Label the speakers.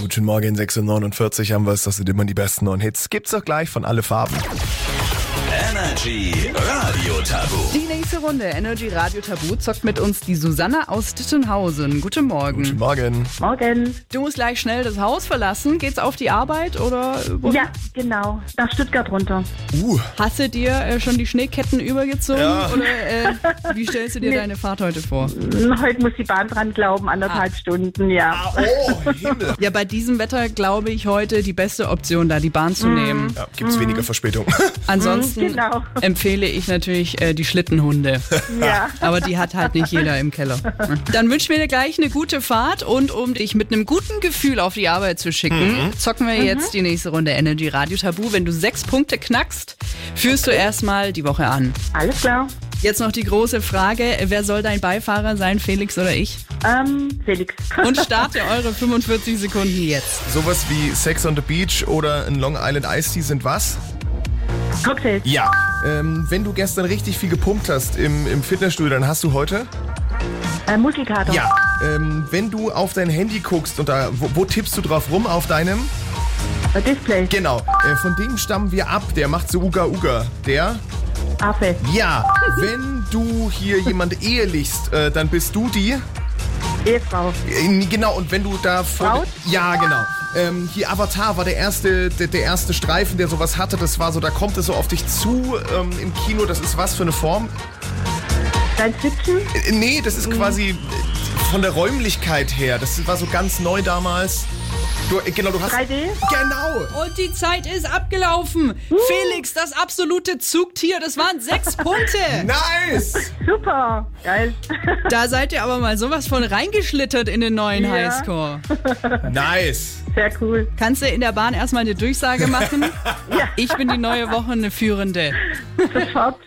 Speaker 1: Guten Morgen, 6.49 Uhr haben wir es. Das sind immer die besten neuen Hits. Gibt's doch gleich von alle Farben.
Speaker 2: Energy Radio Tabu.
Speaker 3: Die nächste Runde Energy Radio Tabu zockt mit uns die Susanne aus Dittenhausen. Guten Morgen.
Speaker 1: Guten Morgen.
Speaker 4: Morgen.
Speaker 3: Du musst gleich schnell das Haus verlassen. Geht's auf die Arbeit oder wohin?
Speaker 4: Ja, genau. Nach Stuttgart runter.
Speaker 1: Uh,
Speaker 3: Hast du dir äh, schon die Schneeketten übergezogen
Speaker 1: Ja.
Speaker 3: oder äh, wie stellst du dir deine Fahrt heute vor?
Speaker 4: Hm, Heute muss die Bahn dran glauben, anderthalb
Speaker 3: Ah.
Speaker 4: Stunden, ja.
Speaker 1: oh, Himmel.
Speaker 3: Ja, bei diesem Wetter glaube ich heute die beste Option, da die Bahn zu nehmen.
Speaker 1: Ja, gibt's weniger Verspätung.
Speaker 3: Ansonsten
Speaker 4: Genau.
Speaker 3: empfehle ich natürlich äh, die Schlittenhunde.
Speaker 4: Ja.
Speaker 3: Aber die hat halt nicht jeder im Keller. Dann wünschen wir dir gleich eine gute Fahrt und um dich mit einem guten Gefühl auf die Arbeit zu schicken, zocken wir jetzt die nächste Runde Energy Radio Tabu. Wenn du sechs Punkte knackst, führst du erstmal die Woche an.
Speaker 4: Alles klar.
Speaker 3: Jetzt noch die große Frage, wer soll dein Beifahrer sein, Felix oder ich?
Speaker 4: Ähm, Felix.
Speaker 3: Und starte eure 45 Sekunden jetzt.
Speaker 1: Sowas wie Sex on the Beach oder ein Long Island Ice Tea sind was?
Speaker 4: Cocktails.
Speaker 1: Ja. Ähm, wenn du gestern richtig viel gepumpt hast im, im Fitnessstudio, dann hast du heute?
Speaker 4: Äh, Muskelkater.
Speaker 1: Ähm, wenn du auf dein Handy guckst und da, wo, wo tippst du drauf rum? Auf deinem?
Speaker 4: Äh, Display.
Speaker 1: Genau. Äh, von dem stammen wir ab. Der macht so Uga Uga. Der?
Speaker 4: Affe.
Speaker 1: Ja. Wenn du hier jemand ehelichst, äh, dann bist du die?
Speaker 4: Ehefrau.
Speaker 1: Äh, Genau, und wenn du da vor.
Speaker 4: Braut?
Speaker 1: Ja, genau. Ähm, hier Avatar war der erste, der, der erste Streifen, der sowas hatte. Das war so, da kommt es so auf dich zu ähm, im Kino. Das ist was für eine Form?
Speaker 4: Dein Sitzen.
Speaker 1: Äh, nee, das ist quasi äh, von der Räumlichkeit her. Das war so ganz neu damals. Du, äh, genau, du hast.
Speaker 4: 3D?
Speaker 1: Genau!
Speaker 3: Und die Zeit ist abgelaufen. Felix, das absolute Zugtier, das waren sechs Punkte.
Speaker 1: Nice!
Speaker 4: Super. Geil.
Speaker 3: Da seid ihr aber mal sowas von reingeschlittert in den neuen
Speaker 4: Ja.
Speaker 3: Highscore.
Speaker 1: Nice!
Speaker 4: Sehr cool.
Speaker 3: Kannst du in der Bahn erstmal eine Durchsage machen? Ich bin die neue Woche eine Führende.
Speaker 4: Sofort.